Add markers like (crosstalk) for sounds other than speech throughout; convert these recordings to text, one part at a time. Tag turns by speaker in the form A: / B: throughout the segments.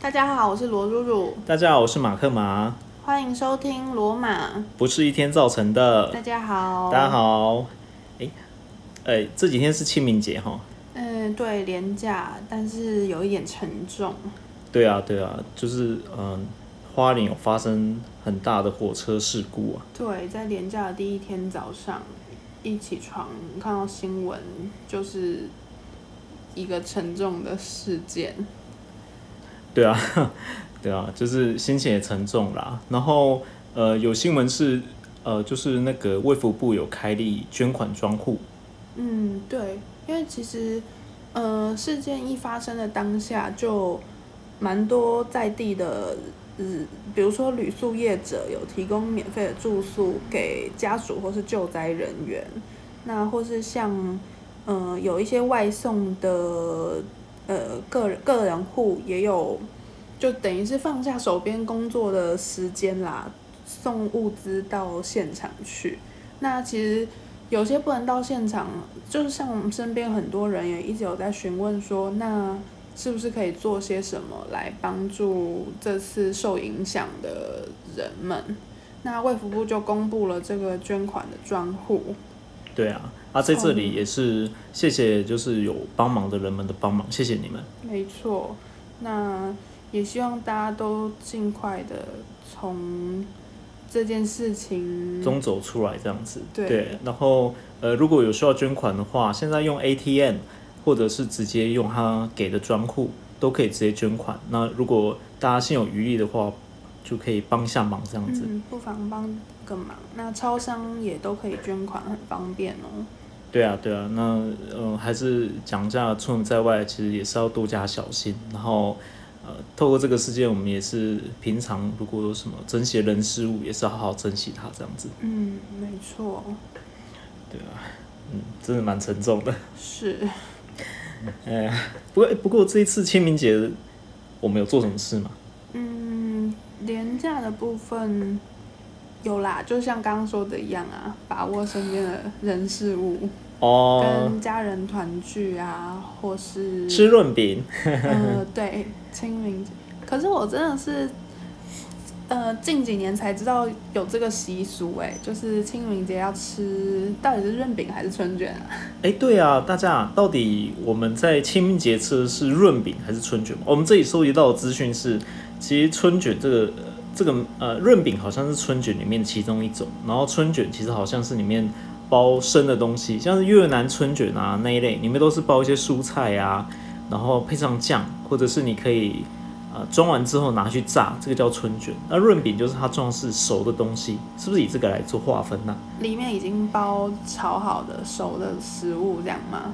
A: 大家好，我是罗露露，
B: 大家好，我是马克马，
A: 欢迎收听罗马。
B: 不是一天造成的。
A: 大家好，
B: 大家。好，哎、哎、这几天是清明节哈。
A: 嗯，对，廉价，但是有一点沉重。
B: 对啊，对啊，就是嗯，花莲有发生很大的火车事故啊。
A: 对，在廉价的第一天早上，一起床看到新闻，就是一个沉重的事件。
B: 对啊， (laughs) 对啊，就是心情也沉重啦。然后呃，有新闻是呃，就是那个卫福部有开立捐款专户，
A: 嗯，对，因为其实，呃，事件一发生的当下，就蛮多在地的，嗯，比如说旅宿业者有提供免费的住宿给家属或是救灾人员，那或是像，呃，有一些外送的，呃，个人个人户也有，就等于是放下手边工作的时间啦，送物资到现场去。那其实有些不能到现场，就是像我们身边很多人也一直有在询问说，那是不是可以做些什么来帮助这次受影响的人们？那卫福部就公布了这个捐款的专户，
B: 对啊，啊，在这里也是谢谢，就是有帮忙的人们的帮忙，谢谢你们。
A: 没错。那也希望大家都尽快的从这件事情
B: 中走出来这样子。
A: 对
B: 然后呃，如果有需要捐款的话，现在用 ATM 或者是直接用他给的专户都可以直接捐款。那如果大家心有余力的话，就可以帮一下忙这样子。
A: 嗯，不妨帮个忙。那超商也都可以捐款，很方便哦。
B: 对啊，对啊，那呃，还是讲一下，出门在外其实也是要多加小心。然后呃，透过这个事件，我们也是平常如果有什么珍惜的人事物，也是要好好珍惜它这样子。
A: 嗯，没错。
B: 嗯，真的蛮沉重的。
A: 是，
B: 不过哎不过这一次清明节我们有做什么事吗？
A: 嗯，廉价的部分有啦，就像刚刚说的一样啊，把握身边的人事物，
B: 哦，
A: 跟家人团聚啊，或是
B: 吃润饼，
A: 呃，对，清明节。可是我真的是，呃，近几年才知道有这个习俗、哎，就是清明节要吃，到底是润饼还是春卷啊？
B: 哎，对啊，大家到底我们在清明节吃的是润饼还是春卷吗？我们这里收集到的资讯是，其实春卷这个呃这个呃润饼好像是春卷里面其中一种，然后春卷其实好像是里面包生的东西，像是越南春卷啊那一类，里面都是包一些蔬菜啊，然后配上酱，或者是你可以。呃，装完之后拿去炸，这个叫春卷。那润饼就是它装的是熟的东西，是不是以这个来做划分呢、
A: 里面已经包炒好的熟的食物，这样吗？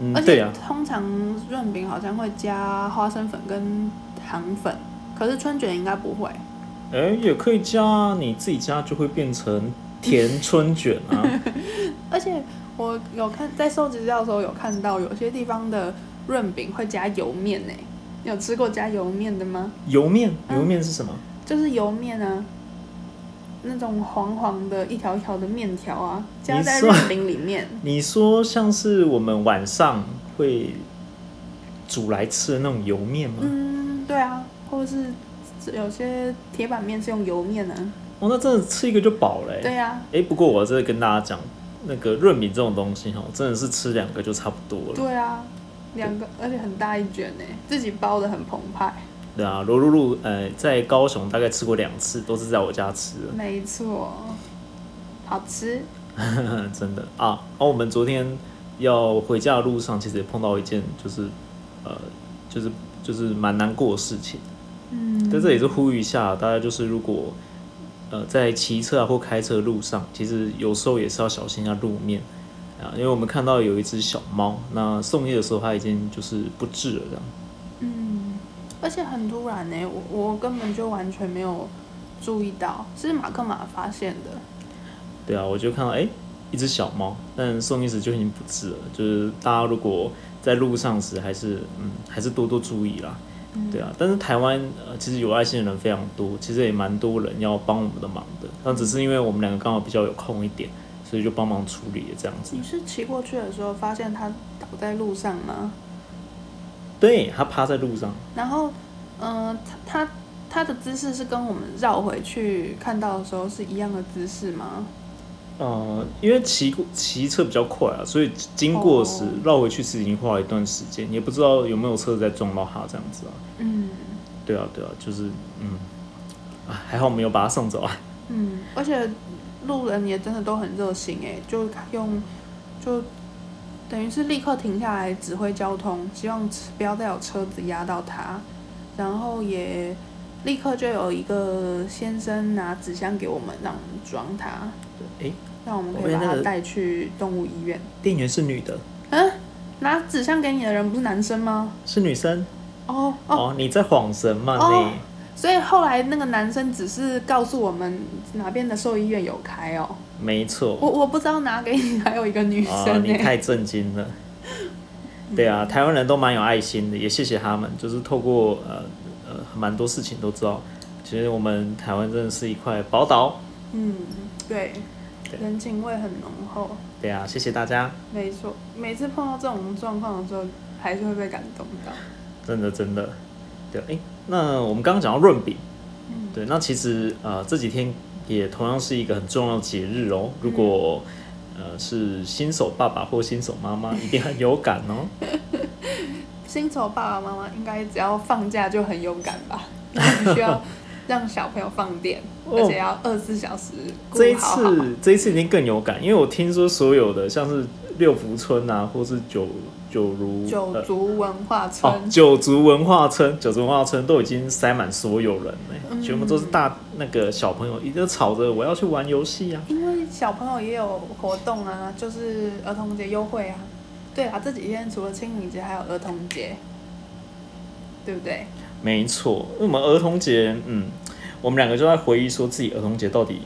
B: 嗯
A: 而，
B: 对
A: 且
B: 啊，
A: 通常润饼好像会加花生粉跟糖粉，可是春卷应该不会。
B: 哎、也可以加，你自己加就会变成甜春卷啊。
A: (laughs) 而且我有看在收集资料的时候有看到，有些地方的润饼会加油面呢、你有吃过加油面的吗？
B: 油面，
A: 嗯
B: 油面是什么？
A: 就是油面啊，那种黄黄的一条一条的面条啊，加在
B: 你说
A: 润饼里面。
B: 你说像是我们晚上会煮来吃的那种油面吗？
A: 嗯，对啊，或者是有些铁板面是用油面的、啊。
B: 哦，那真的吃一个就饱了、欸。
A: 对啊，
B: 哎、不过我真的跟大家讲，那个润饼这种东西哈，真的是吃两个就差不多了。
A: 对啊，两个而且很大一卷呢、自己包的很澎湃。
B: 对啊，罗露露呃，在高雄大概吃过两次，都是在我家吃的，
A: 没错，好吃。
B: 真的啊。然、后我们昨天要回家的路上，其实也碰到一件就是呃，就是就是蛮难过的事情。
A: 嗯，
B: 在这里是呼吁一下，大家就是如果呃在骑车啊或开车的路上，其实有时候也是要小心一下路面啊，因为我们看到有一只小猫，那送医的时候它已经就是不治了这样。
A: 嗯，而且很突然呢、我我根本就完全没有注意到，是马克马发现的。
B: 对啊，我就看到哎、诶一只小猫，但送医时就已经不治了。就是大家如果在路上时，还是嗯，还是多多注意啦。对啊，但是台湾呃，其实有爱心的人非常多，其实也蛮多人要帮我们的忙的。那只是因为我们两个刚好比较有空一点，所以就帮忙处理了这样子
A: 你。是骑过去的时候发现它倒在路上吗？
B: 对，它趴在路上，
A: 然后嗯、它它它的姿势是跟我们绕回去看到的时候是一样的姿势吗？
B: 呃，因为骑过骑车比较快啊，所以经过时
A: 哦
B: 绕回去是已经花了一段时间，也不知道有没有车子在撞到他这样子啊。
A: 嗯
B: 对啊，对啊，就是嗯，啊，还好我们有把他送走啊。
A: 嗯，而且路人也真的都很热心哎、就用就等于是立刻停下来指挥交通，希望不要再有车子压到他，然后也立刻就有一个先生拿纸箱给我们，让我们装他，
B: 对，哎，
A: 让我们可
B: 我
A: 以
B: 觉
A: 把
B: 得那
A: 他
B: 个
A: 带去动物医院。啊
B: 店员是女的，
A: 拿纸箱给你的人不是男生吗？
B: 是女生
A: 哦哦，
B: 哦，你在晃神嘛
A: 哦
B: 你？
A: 所以后来那个男生只是告诉我们哪边的兽医院有开哦，
B: 没错，
A: 我我不知道拿给你 (laughs) 还有一个女
B: 啊、
A: 生欸
B: 你
A: 呢、
B: 太震
A: (laughs)
B: 惊了。对啊，台湾人都蛮有爱心的，也谢谢他们，就是透过呃呃蛮多事情都知道，其实我们台湾真的是一块宝岛。
A: 嗯，对，
B: 对
A: 人情味很浓厚，
B: 对啊，谢谢大家，
A: 没错，每次碰到这种状况的时候，还是会被感动到。
B: 真的真的。对，哎，那我们刚刚讲到润饼，
A: 嗯
B: 对，那其实呃这几天也同样是一个很重要的节日哦。
A: 嗯
B: 如果、呃是新手爸爸或新手
A: (laughs)
B: 妈妈，一定很有感哦。
A: 新手爸爸妈妈应该只要放假就很有感吧，因为需
B: (laughs)
A: 要让小朋友放电，
B: 哦
A: 而且要二十四小时顾
B: 这一
A: 好好。
B: 次，这一次一定更有感，因为我听说所有的像是六福村啊，或是九九如
A: 九
B: 呃
A: 族文化村，
B: 哦九族文化村，九族文化村都已经塞满所有人了、
A: 嗯
B: 全部都是大那个小朋友，一直吵着我要去玩游戏啊。
A: 因为小朋友也有活动啊，就是儿童节优惠啊。对啊，这几天除了清明节，还有儿童节，对不对？
B: 没错，因为我们儿童节，嗯，我们两个就在回忆说自己儿童节到底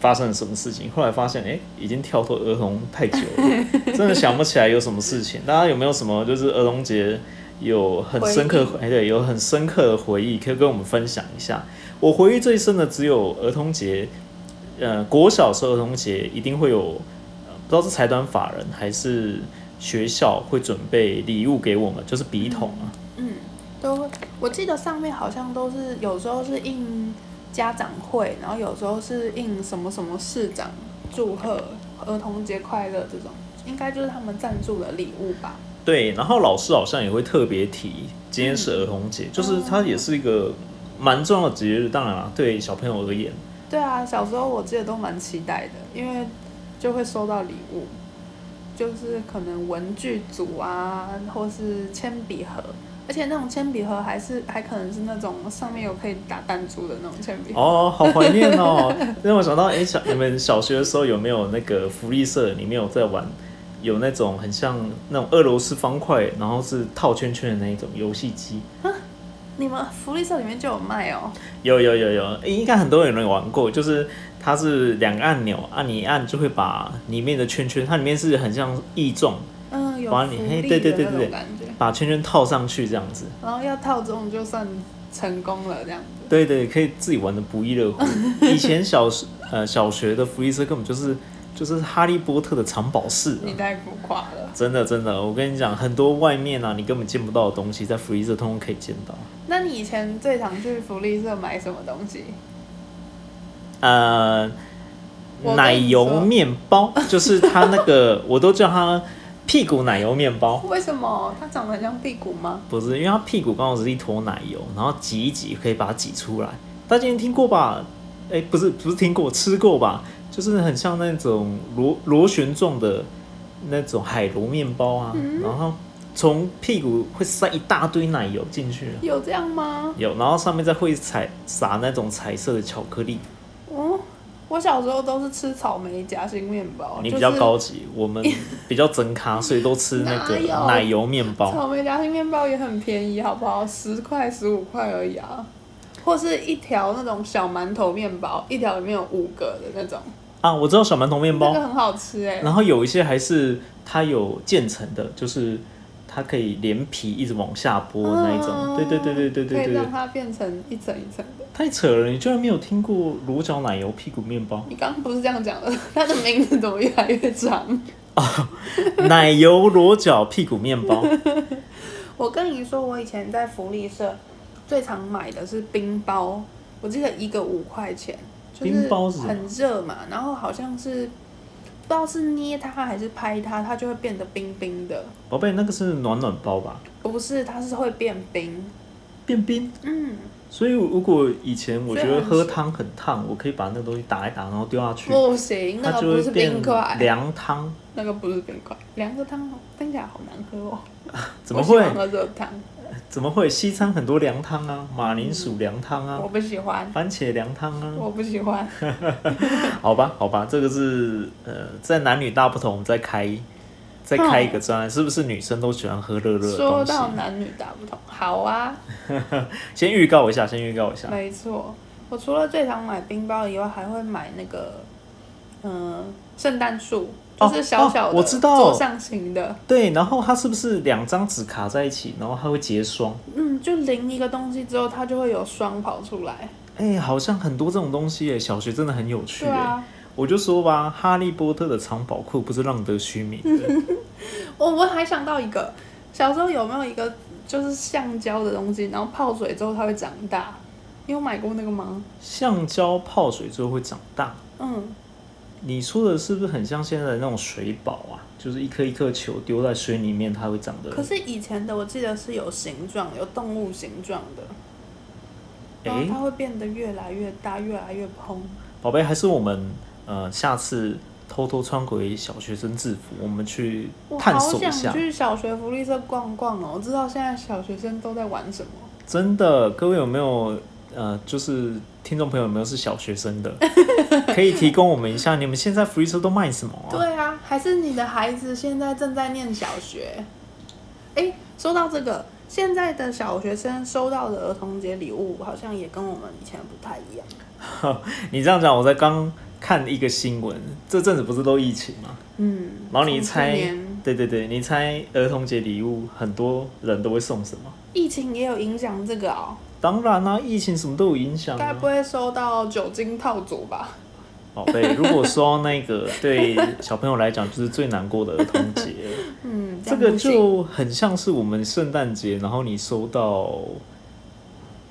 B: 发生了什么事情。后来发现，哎、已经跳脱儿童太久了，真的想不起来有什么事情。大家有没有什么就是儿童节有很深刻，哎、对，有很深刻的回忆，可以跟我们分享一下？我回忆最深的只有儿童节，呃，国小时候儿童节一定会有，呃不知道是财团法人还是学校会准备礼物给我们，就是笔筒啊。
A: 嗯，都会我记得上面好像都是有时候是印家长会，然后有时候是印什么什么市长祝贺儿童节快乐这种，应该就是他们赞助的礼物吧。
B: 对，然后老师好像也会特别提，今天是儿童节，就是它也是一个蛮重要的节日。当然啦，对小朋友而言，
A: 对啊，小时候我记得都蛮期待的，因为就会收到礼物，就是可能文具组啊，或是铅笔盒，而且那种铅笔盒还是还可能是那种上面有可以打弹珠的那种铅笔
B: (laughs)
A: 盒。
B: 哦，好怀念哦，让我想到，哎，小你们小学的时候有没有那个福利社里面有在玩？有那种很像那种俄罗斯方块，然后是套圈圈的那一种游戏机，
A: 你们福利社里面就有卖哦。
B: 有有有有，诶应该很多人有玩过，就是它是两个按钮，按你一按就会把里面的圈圈，它里面是很像异重，
A: 嗯，有
B: 哇
A: 福
B: 你
A: 利
B: 嘿
A: 的
B: 对对对
A: 那
B: 对
A: 种
B: 对
A: 感觉，
B: 把圈圈套上去这样子。
A: 然后要套中就算成功了这样子。
B: 对对，可以自己玩的不亦乐
A: (laughs)
B: 乎。以前小时呃小学的福利社根本就是就是哈利波特的藏宝室、
A: 你
B: 啊，
A: 太浮夸了。
B: 真的真的，我跟你讲，很多外面啊你根本见不到的东西，在福利社通通可以见到。
A: 那你以前最常去福利社买什么东西？
B: 呃，
A: 我跟你
B: 奶油面包就是它那个， (laughs) 我都叫它屁股奶油面包，
A: 为什么它长得很像屁股吗？
B: 不是因为它屁股刚好是一坨奶油，然后挤一挤可以把它挤出来。大家一定听过吧？哎、不是不是听过，吃过吧？就是很像那种螺螺旋状的那种海螺面包啊，
A: 嗯
B: 然后从屁股会塞一大堆奶油进去啊，
A: 有这样吗？
B: 有，然后上面再会彩撒那种彩色的巧克力。
A: 嗯，我小时候都是吃草莓夹心面包，
B: 你
A: 哦就
B: 比较
A: 是
B: 高级，我们比较整咖，所以都吃那个
A: (laughs) 哪有
B: 奶油面包。
A: 草莓夹心面包也很便宜，好不好？十块、十五块而已啊，或是一条那种小馒头面包，一条里面有五个的那种，
B: 啊，我知道小馒头面
A: 那
B: 包
A: 个，很好吃哎、
B: 然后有一些还是它有渐层的，就是它可以连皮一直往下剥那一种。对、对对对对对
A: 哦可以
B: 对
A: 让
B: 对，
A: 它变成一层一层的。
B: 太扯了！你居然没有听过卤角奶油屁股面包
A: (laughs) ？你刚刚不是这样讲的，它的名字怎么越来越 (laughs) 长？
B: 奶油裸角屁股面包，
A: 我跟你说，我以前在福利社，最常买的是冰包，我记得一个五块钱，就
B: 冰包是什么
A: 很热嘛，然后好像是不知道是捏它还是拍它，它就会变得冰冰的。
B: 宝贝，那个是暖暖包吧？
A: 不是，它是会变冰。
B: 变冰。
A: 嗯，
B: 所以如果以前我觉
A: 所以
B: 得
A: 很
B: 喝汤很烫，我可以把那个东西打一打，然后丢下去，
A: 不行，那
B: 它
A: 个
B: 就
A: 不
B: 会
A: 是
B: 变
A: 冰块，
B: 凉汤。
A: 那个不是冰块，凉的汤听起来好难喝哦。
B: 怎么
A: 我
B: 会
A: 喜欢？喝热汤，
B: 怎么会？西餐很多凉汤啊，马铃
A: 嗯
B: 薯凉汤啊
A: 我，不喜欢，
B: 番茄凉汤啊。
A: 我不喜欢。
B: 好吧，好吧，这个是呃，在男女大不同，我们再开再开一个专栏，是不是女生都喜欢喝热热的
A: 嗯说
B: 东西？
A: 到男女大不同，好啊，
B: 先预告一下，先预告一下。
A: 没错。我除了最常买冰包以外，还会买那个，嗯、圣诞树，
B: 哦
A: 就是小小的，
B: 哦我知道
A: 桌上型的，
B: 对，然后它是不是两张纸卡在一起，然后它会结霜？
A: 嗯，就淋一个东西之后，它就会有霜跑出来。
B: 哎、好像很多这种东西耶，小学真的很有趣
A: 对
B: 耶。
A: 啊，
B: 我就说吧，哈利波特的藏宝库不是浪得虚
A: (laughs)
B: 名的，
A: 我我还想到一个，小时候有没有一个就是橡胶的东西，然后泡水之后它会长大？你有买过那个吗？
B: 橡胶泡水之后会长大。
A: 嗯，
B: 你说的是不是很像现在的那种水宝啊？就是一颗一颗球丢在水里面，它会长得。
A: 可是以前的我记得是有形状，有动物形状的，然后
B: 哎
A: 它会变得越来越大，越来越蓬。
B: 宝贝，还是我们呃下次偷偷穿回小学生制服，我们去
A: 我
B: 探
A: 好
B: 索一
A: 想
B: 下。
A: 去小学福利社逛逛哦！我知道现在小学生都在玩什么，
B: 真的，各位有没有呃，就是听众朋友有没有是小学生的， (laughs) 可以提供我们一下，你们现在福利车都卖什么啊？
A: 对啊，还是你的孩子现在正在念小学？哎，说到这个，现在的小学生收到的儿童节礼物好像也跟我们以前不太一样。
B: 你这样讲，我在刚看一个新闻，这阵子不是都疫情吗？
A: 嗯，
B: 然后你
A: 从去
B: 猜
A: 年
B: 对对对，你猜儿童节礼物很多人都会送什么？
A: 疫情也有影响这个哦，
B: 当然啦、疫情什么都有影响、
A: 该
B: 啊
A: 不。会收到酒精套组吧？
B: 宝贝，如果说那个 (laughs) 对小朋友来讲，就是最难过的儿童
A: (laughs)
B: 节了。
A: 嗯，
B: 这
A: 样
B: 个
A: 不行
B: 就很像是我们圣诞节，然后你收到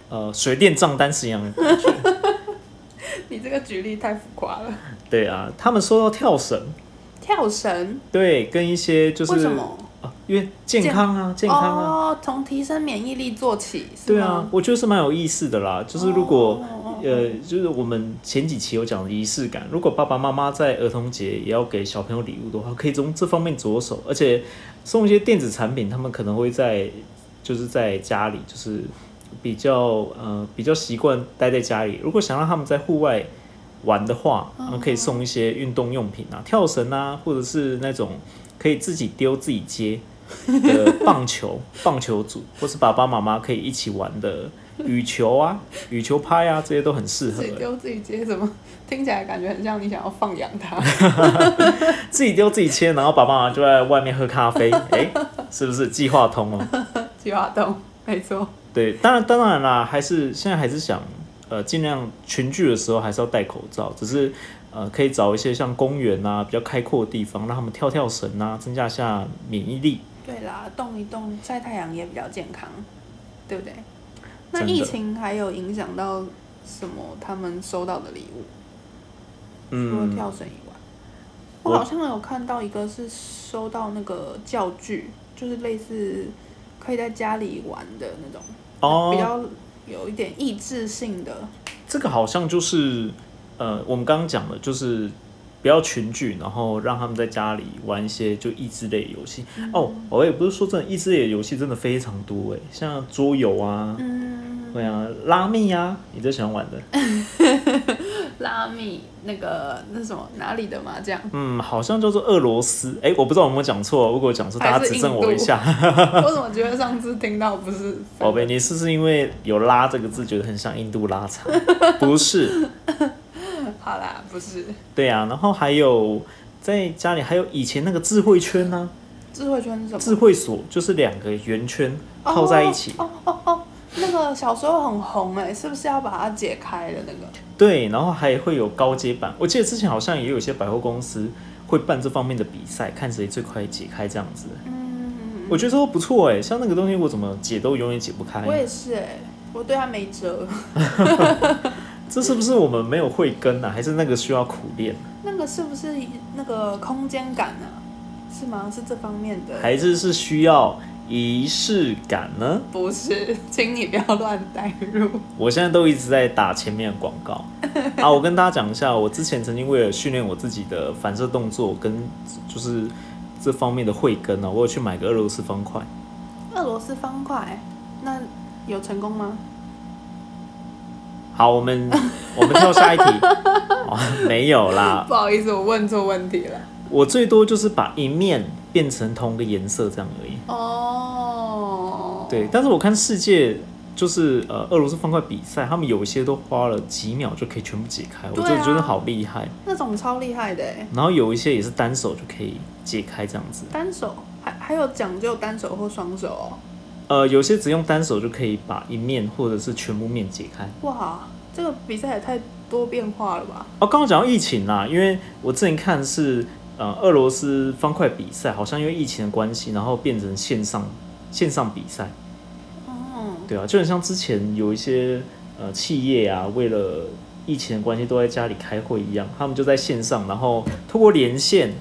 B: 呃水电账单是一样的
A: (laughs)
B: 感觉。
A: 你这个举例太浮夸了。
B: 对啊，他们收到跳绳，
A: 跳绳
B: 对，跟一些就是
A: 为什么？
B: 啊因为健康啊，健康啊，
A: 哦，从提升免疫力做起，是
B: 对
A: 吗
B: 啊，，我觉得是蛮有意思的啦。就是如果、
A: 哦
B: 呃，就是我们前几期有讲的仪式感，如果爸爸妈妈在儿童节也要给小朋友礼物的话，可以从这方面着手，而且送一些电子产品，他们可能会在就是在家里，就是比较呃比较习惯待在家里。如果想让他们在户外玩的话，
A: 嗯
B: 那可以送一些运动用品啊，跳绳啊，或者是那种可以自己丢自己接。的
A: (laughs)
B: 棒球、棒球组，或是爸爸妈妈可以一起玩的羽球啊、羽球拍啊，这些都很适合
A: 自。己丢自己接，怎么听起来感觉很像你想要放养 (laughs) 它？
B: 自己丢自己切，然后爸爸妈妈就在外面喝咖啡，哎、是不是计划通哦？
A: 计划动，没错，
B: 对，当然当然啦，还是现在还是想呃，尽量群聚的时候还是要戴口罩，只是呃，可以找一些像公园啊比较开阔的地方，让他们跳跳绳啊，增加一下免疫力。
A: 对啦，动一动，晒太阳也比较健康，对不对？那
B: 真的
A: 疫情还有影响到什么？他们收到的礼物，除了
B: 嗯，
A: 跳绳以外，
B: 我
A: 我好像有看到一个是收到那个教具，就是类似可以在家里玩的那种，比
B: 哦，
A: 较有一点益智性的，
B: 这个好像就是呃，我们刚刚讲的，就是。呃不要群聚，然后让他们在家里玩一些就益智类的游戏、哦。我也不是说真的，益智类的游戏真的非常多诶，像桌游啊，
A: 嗯，
B: 对啊，拉密啊，你最喜欢玩的？
A: 拉米那个那什么哪里的麻将？
B: 嗯，好像叫做俄罗斯。哎、我不知道我有没有讲错，如果讲错，大家指正我一下。
A: 我怎么觉得上次听到不是？
B: (laughs) 宝贝，你是不是因为有“拉”这个字，觉得很像印度
A: (laughs)
B: 拉茶？不是，
A: 好啦，不是
B: 对啊。然后还有在家里，还有以前那个智慧圈呢、
A: 智慧圈是什么？
B: 智慧锁就是两个圆圈套在一起。
A: 哦哦哦，那个小时候很红哎，是不是要把它解开的那个？
B: 对，然后还会有高阶版。我记得之前好像也有一些百货公司会办这方面的比赛，看谁最快解开这样子。
A: 嗯，
B: 我觉得这都不错哎，像那个东西我怎么解都永远解不开。
A: 我也是哎，我对他没辙。 (laughs)
B: 这是不是我们没有慧根啊？还是那个需要苦练？
A: 那个是不是那个空间感啊？是吗？是这方面的？
B: 还是是需要仪式感呢？
A: 不是，请你不要乱带入。
B: 我现在都一直在打前面的广告啊！我跟大家讲一下，我之前曾经为了训练我自己的反射动作跟就是这方面的慧根啊呢、我有去买个俄罗斯方块，
A: (laughs) 俄罗斯方块，那有成功吗？
B: 好，我们我们跳下一题。哦，没有啦，
A: 不好意思，我问错问题了。
B: 我最多就是把一面变成同个颜色这样而已。
A: 哦，
B: 对，但是我看世界就是呃俄罗斯方块比赛，他们有一些都花了几秒就可以全部解开，我
A: 对啊
B: 真的觉得好厉害。
A: 那种超厉害的哎，
B: 然后有一些也是单手就可以解开这样子，
A: 单手还还有讲究单手或双手哦。
B: 呃，有些只用单手就可以把一面或者是全部面解开。
A: 哇，这个比赛也太多变化了吧？
B: 哦，刚刚讲到疫情啦，因为我之前看是呃俄罗斯方块比赛，好像因为疫情的关系，然后变成线上线上比赛，
A: 嗯，
B: 对啊，就很像之前有一些呃企业啊，为了疫情的关系都在家里开会一样，他们就在线上，然后透过连线，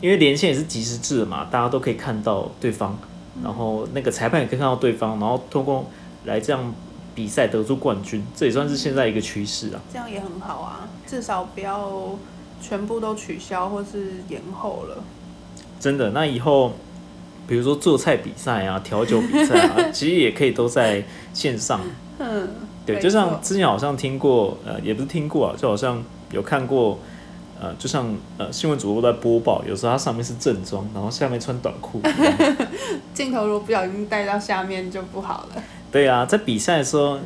B: 因为连线也是即时制的嘛，大家都可以看到对方，然后那个裁判也可以看到对方，然后通过来这样比赛得出冠军，这也算是现在一个趋势啊。
A: 这样也很好啊，至少不要全部都取消或是延后了。
B: 真的，那以后比如说做菜比赛啊、调酒比赛
A: (laughs)
B: 啊，其实也可以都在线上。
A: 嗯，
B: 对，
A: 没
B: 就像
A: 错
B: 之前好像听过，呃，也不是听过啊，就好像有看过，呃，就像呃新闻主播在播报，有时候他上面是正装，然后下面穿短
A: (laughs)
B: 裤一样。
A: 镜头如果不小心带到下面就不好了。
B: 对啊，在比赛的时候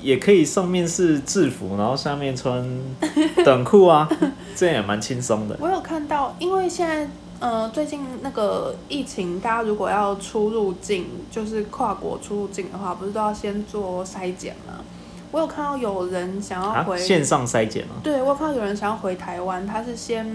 B: 也可以上面是制服，然后下
A: (laughs)
B: 面穿短裤啊，这样也蛮轻松的。
A: 我有看到，因为现在呃最近那个疫情，大家如果要出入境，就是跨国出入境的话，不是都要先做筛检吗？我有看到有人想要
B: 啊，
A: 回，
B: 线上筛检啊，
A: 对我有看到有人想要回台湾，他是先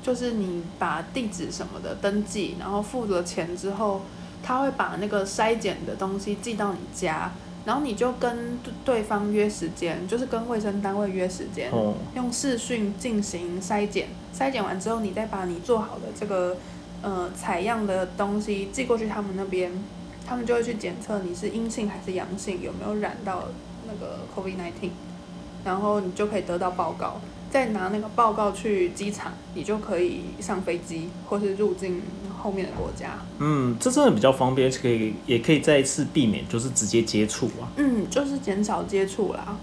A: 就是你把地址什么的登记，然后付了钱之后，他会把那个筛检的东西寄到你家。然后你就跟对对方约时间，就是跟卫生单位约时间，
B: 哦，
A: 用视讯进行筛检，筛检完之后，你再把你做好的这个呃采样的东西寄过去他们那边，他们就会去检测你是阴性还是阳性，有没有染到那个 COVID-19，然后你就可以得到报告，再拿那个报告去机场，你就可以上飞机或是入境后面的国家。
B: 嗯，这真的比较方便，而且可以也可以再一次避免就是直接接触啊。
A: 嗯，就是减少接触啦，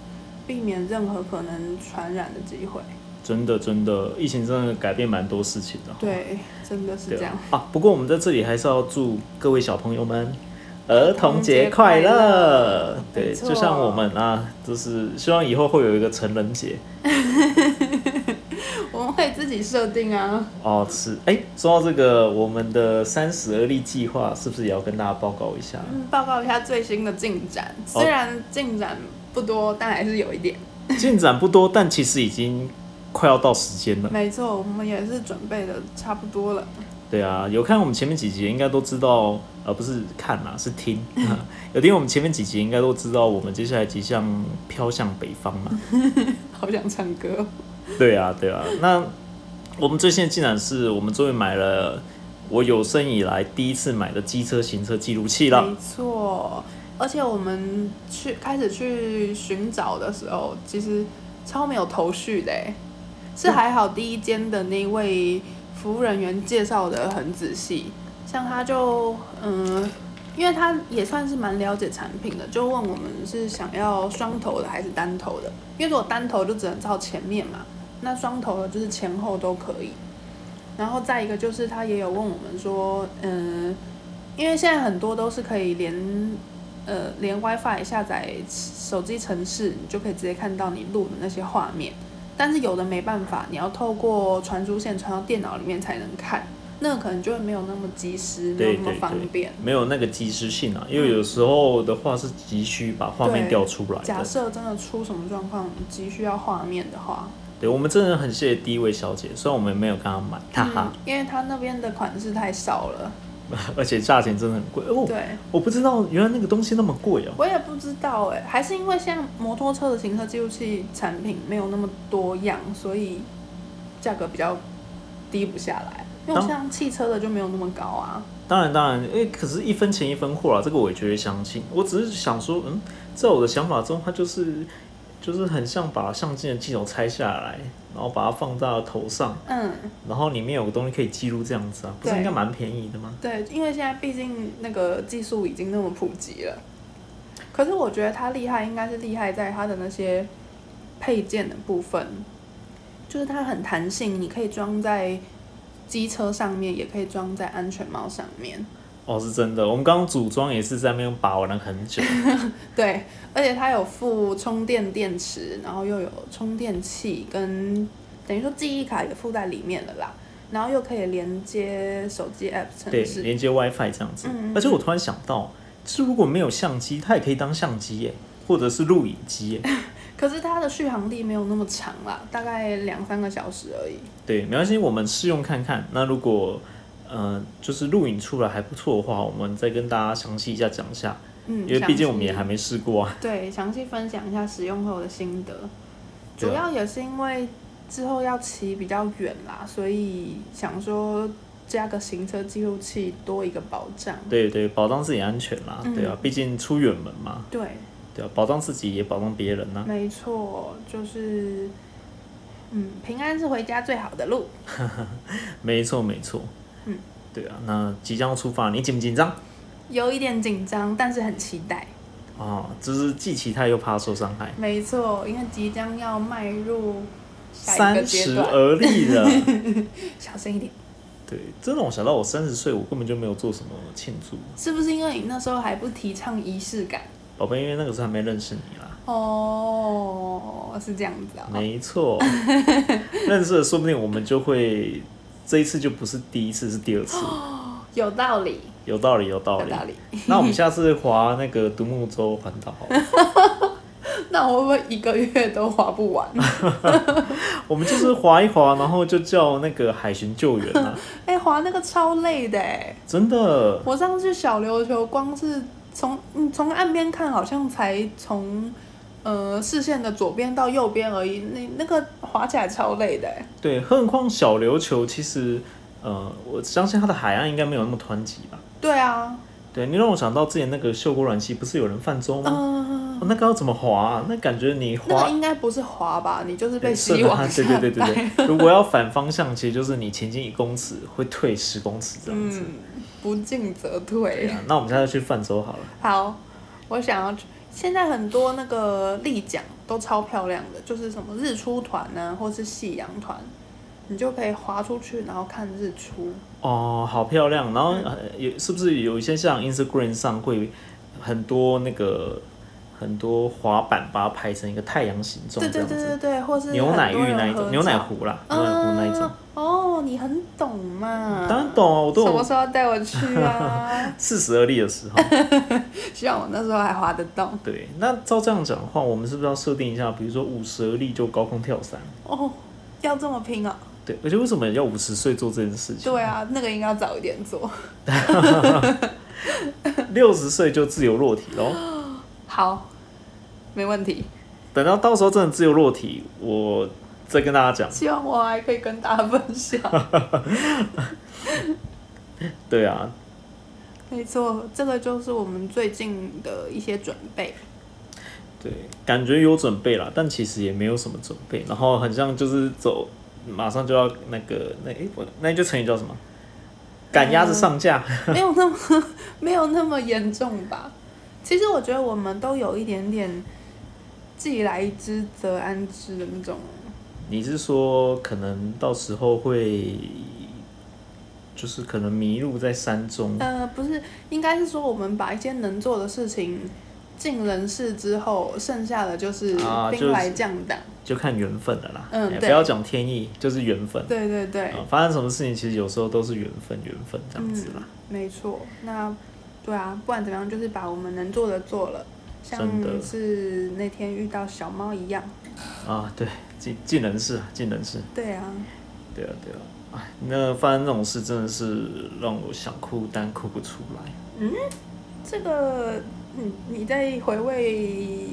A: 避免任何可能传染的机会。
B: 真的真的，疫情真的改变蛮多事情的哦。
A: 对，真的是
B: 对
A: 这样
B: 啊。啊！不过我们在这里还是要祝各位小朋友们儿童节快乐。对，
A: 没错
B: 就像我们啊，就是希望以后会有一个成人节
A: 我们可以自己设定啊。
B: 哦。是，哎、说到这个，我们的三十而立计划是不是也要跟大家报告一
A: (laughs)
B: 下？
A: 嗯，报告一下最新的进展，
B: 好
A: 虽然进展不多，但还是有一点。
B: 进展不多，但其实已经快要到时间了。
A: 没错，我们也是准备的差不多了。
B: 对啊，有看我们前面几集应该都知道，呃，不是看啊，是
A: (laughs)
B: 听。有听我们前面几集应该都知道，我们接下来即将飘向北方嘛。
A: 好想唱歌，
B: 对啊，对啊。那我们最新的进展是我们终于买了我有生以来第一次买的机车行车记录器了。
A: 没错。而且我们去开始去寻找的时候，其实超没有头绪的欸，是还好第一间的那位服务人员介绍的很仔细，像他就嗯。因为他也算是蛮了解产品的，就问我们是想要双头的还是单头的。因为如果单头就只能照前面嘛，那双头的就是前后都可以。然后再一个就是他也有问我们说，嗯，因为现在很多都是可以连呃连 WiFi 下载手机程式，你就可以直接看到你录的那些画面。但是有的没办法，你要透过传输线传到电脑里面才能看，那个可能就会没有那么及时，没有
B: 对
A: 那么
B: 对
A: 方
B: 对
A: 便。，
B: 没有那个及时性啊，因为有时候的话是急需把画面
A: 对
B: 调出来
A: 假
B: 的。
A: 设真的出什么状况，急需要画面的话，
B: 对，我们真的很
A: 嗯
B: 谢谢第一位小姐，虽然我们没有跟她买，哈哈。
A: 嗯因为他那边的款式太少了，
B: (laughs) 而且价钱真的很贵。哦，
A: 对，
B: 我不知道原来那个东西那么贵哦。
A: 我也不知道哎、还是因为现在摩托车的行车记录器产品没有那么多样，所以价格比较低不下来。因为
B: 当
A: 像汽车的就没有那么高啊。
B: 当然，当然，诶，可是，一分钱一分货啦，这个我也绝对相信。我只是想说，嗯，在我的想法中，它就是就是很像把相机的镜头拆下来，然后把它放到头上，
A: 嗯，
B: 然后里面有个东西可以记录这样子啊，不是
A: 对
B: 应该蛮便宜的吗？
A: 对，因为现在毕竟那个技术已经那么普及了。可是我觉得它厉害，应该是厉害在它的那些配件的部分，就是它很弹性，你可以装在机车上面，也可以装在安全帽上面。
B: 哦，是真的。我们刚刚组装也是在那边把玩了很
A: (laughs)
B: 久。
A: 对，而且它有附充电电池，然后又有充电器跟等于说记忆卡也附在里面了啦，然后又可以连接手机 app
B: 对
A: 程，式。
B: 连接 WiFi 这样子。
A: 嗯嗯
B: 而且我突然想到，就是如果没有相机，它也可以当相机耶，或者是录影机耶。
A: 可是它的续航力没有那么长啦，大概两三个小时而已。
B: 对，没关系，我们试用看看。那如果呃，就是录影出来还不错的话，我们再跟大家详细一下讲一下，
A: 嗯，
B: 因为毕竟
A: 详
B: 我们也
A: 细
B: 还没试过啊。
A: 对详细分享一下使用后的心得，
B: 对啊
A: 主要也是因为之后要骑比较远啦，所以想说加个行车记录器多一个保障。
B: 对对，保障自己安全啦，
A: 嗯
B: 对啊，毕竟出远门嘛，
A: 对，
B: 对啊，保障自己也保障别人呐、
A: 没错，就是，嗯，平安是回家最好的路。
B: 没错没错，
A: 嗯，
B: 对啊，那即将要出发，你紧不紧张？
A: 有一点紧张，但是很期待。
B: 啊，就是既期待又怕受伤害。
A: 没错，因为即将要迈入下一个
B: 三
A: 阶
B: 十
A: 段，
B: 而立
A: (laughs)
B: 了，
A: 小声一点。
B: 对，真的我想到我三十岁，我根本就没有做什么庆祝，
A: 是不是因为你那时候还不提倡仪式感？
B: 宝贝，因为那个时候还没认识你啦。
A: 哦，是这样子啊、
B: 没错，认识了，说不定我们就会这一次就不是第一次，是第二次，
A: 有道理，
B: 有道理，有道
A: 哦有
B: 理。
A: 道理。
B: 那我们下次划那个独木舟环岛好了，
A: 那我会不会一个月都划不
B: (laughs)
A: 完？
B: 我们就是划一划，然后就叫那个海巡救
A: (laughs)
B: 援啊，
A: 哎、划那个超累的哎、
B: 真的。
A: 我上次去小琉球，光是从嗯从岸边看，好像才从呃视线的左边到右边而已。那那个滑起来超累的、欸，
B: 对，何况小琉球其实，呃，我相信它的海岸应该没有那么湍急吧。
A: 对啊，
B: 对你让我想到之前那个秀姑峦溪，不是有人泛舟吗？
A: 嗯、
B: 哦那个要怎么划、啊？那感觉你
A: 那
B: 划
A: 个应该不是滑吧？你就是被
B: 对顺
A: 吸
B: 着
A: 往
B: 它
A: 下
B: (laughs) 对
A: 带。
B: 对对对对。如果要反方向，其实就是你前进一公尺会退十公尺这样子。
A: 嗯，不进则
B: 对
A: 退。
B: 啊，那我们现在去泛舟好了。
A: 好，我想要去。现在很多那个丽桨都超漂亮的，就是什么日出团呢、或是夕阳团，你就可以划出去，然后看日出。
B: 哦，好漂亮。然后呃，有是不是有一些像 Instagram 上会很多那个很多滑板把它拍成一个太阳形状
A: 对
B: 这
A: 对
B: 样子？
A: 对对对，或是
B: 牛奶
A: 很多
B: 浴
A: 人
B: 那一
A: 合
B: 种，牛奶
A: 照
B: 壶啦，嗯牛奶壶那一种。
A: 啊哦，你很懂嘛？
B: 当然懂啊，我都
A: 什么
B: 有
A: 时候要带我去
B: (laughs)
A: 啊？
B: 四十而立的时候。 (laughs)
A: 希望我那时候还滑得动
B: 对，那照这样讲的话，我们是不是要设定一下，比如说五十而立就高空跳伞？
A: 哦。要这么拼啊、
B: 对，而且为什么要五十岁做这件事情？
A: 对啊，那个应该要早一点做。
B: 六十岁就自由落体喽。
A: 好，没问题。
B: 等到到时候真的自由落体，我再跟大家讲。
A: 希望我还可以跟大家分
B: (laughs)
A: 享。
B: 对啊，
A: 没错，这个就是我们最近的一些准备。
B: 对，感觉有准备啦，但其实也没有什么准备，然后很像就是走，马上就要那个那诶，我那一句成语叫什么？赶鸭子上架。
A: 没有那么没有那么严重吧？其实我觉得我们都有一点点“既来之则安之”的那种，
B: 你是说可能到时候会，就是可能迷路在山中？
A: 呃，不是，应该是说我们把一些能做的事情尽人事之后，剩下的就是
B: 啊就
A: 兵
B: 是
A: 来将挡。
B: 就看缘分了啦。
A: 嗯
B: 哎
A: 对
B: 不要讲天意，就是缘分。
A: 对对对，
B: 啊发生什么事情，其实有时候都是缘分，缘分这样子啦。
A: 嗯没错，那对啊，不管怎么样，就是把我们能做的做了，像
B: 真的
A: 是那天遇到小猫一样。
B: 啊，对，尽尽人事啊，尽人事。
A: 对啊，
B: 对啊，对啊。哎，那发生这种事真的是让我想哭，但哭不出来。
A: 这个你你在回味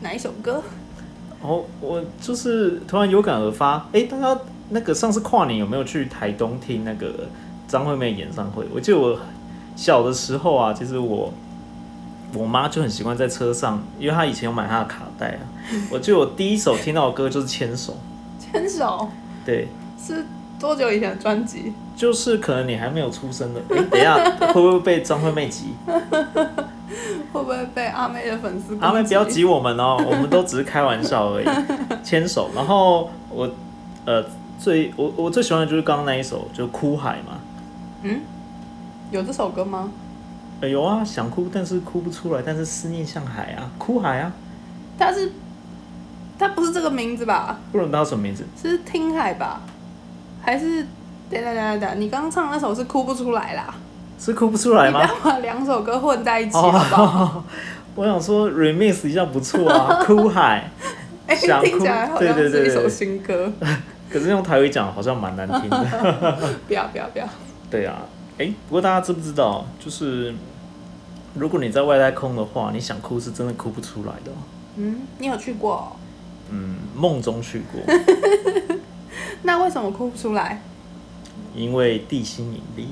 A: 哪一首歌？ (laughs)
B: 哦，我就是突然有感而发，哎，大家那个上次跨年有没有去台东听那个张惠妹演唱会？我记得我小的时候啊，其实我我妈就很习惯在车上，因为她以前有买她的卡带啊。我记得我第一首听到的歌就是《牵手
A: 牵手》，
B: 对，
A: 是多久以前的专辑？ (laughs)
B: 就是可能你还没有出生的，哎，等一下会不会被张惠妹挤？
A: 会不会被阿妹的粉丝攻击？
B: 阿妹不要挤我们
A: (laughs)
B: 哦，我们都只是开玩笑而已，牵手。然后我呃最我我最喜欢的就是刚刚那一首，就哭海嘛。
A: 有这首歌吗？
B: 呃有啊，想哭但是哭不出来，但是思念像海啊，哭海啊，
A: 它是它不是这个名字吧？
B: 不然它什么名字？
A: 是听海吧？还是等等等等等，你刚刚唱那首是哭不出来啦？
B: 是哭不出来
A: 你不
B: 吗？哦
A: 要把两首歌混在一起好不好？
B: (laughs) 我想说 remix 一下不
A: (laughs)
B: 错啊，哭海。
A: 哎、
B: 想哭
A: 听起来好像
B: 对对对
A: 是一
B: 对
A: 首
B: 对
A: 新歌。
B: 可是用台语讲好像蛮难听的。 (laughs)
A: 不要不要不要！
B: 对啊，哎，不过大家知不知道，就是如果你在外太空的话，你想哭是真的哭不出来的哦、
A: 嗯，你有去过哦、
B: 嗯，梦中去过。
A: 那为什么哭不出来？
B: 因为地心引力，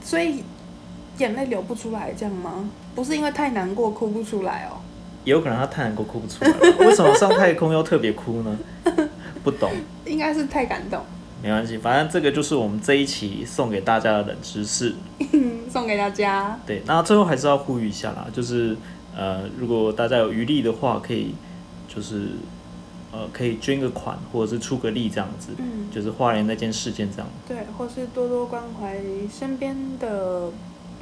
A: 所以眼泪流不出来，这样吗？不是因为太难过哭不出来哦。
B: 也有可能他太难过哭不出来吧。 (laughs) 为什么上太空要特别哭呢？ (laughs) 不懂，
A: 应该是太感动，
B: 没关系，反正这个就是我们这一期送给大家的冷知识。
A: 送给大家。
B: 对，那最后还是要呼吁一下啦，就是呃，如果大家有余力的话，可以就是呃，可以捐个款或者是出个力这样子，
A: 嗯，
B: 就是花莲那件事件这样。
A: 对，或是多多关怀身边的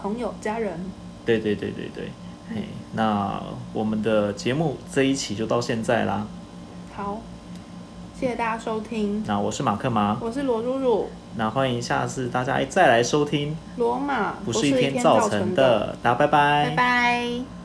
A: 朋友、家人。
B: 对对对对对，嘿，那我们的节目这一期就到现在啦。
A: 好，谢谢大家收听，
B: 那我是马克马，
A: 我是罗露露，
B: 那欢迎下次大家再来收听。
A: 罗马
B: 不
A: 是
B: 是一天
A: 天
B: 造
A: 成
B: 成，的。大家拜拜。
A: 拜拜。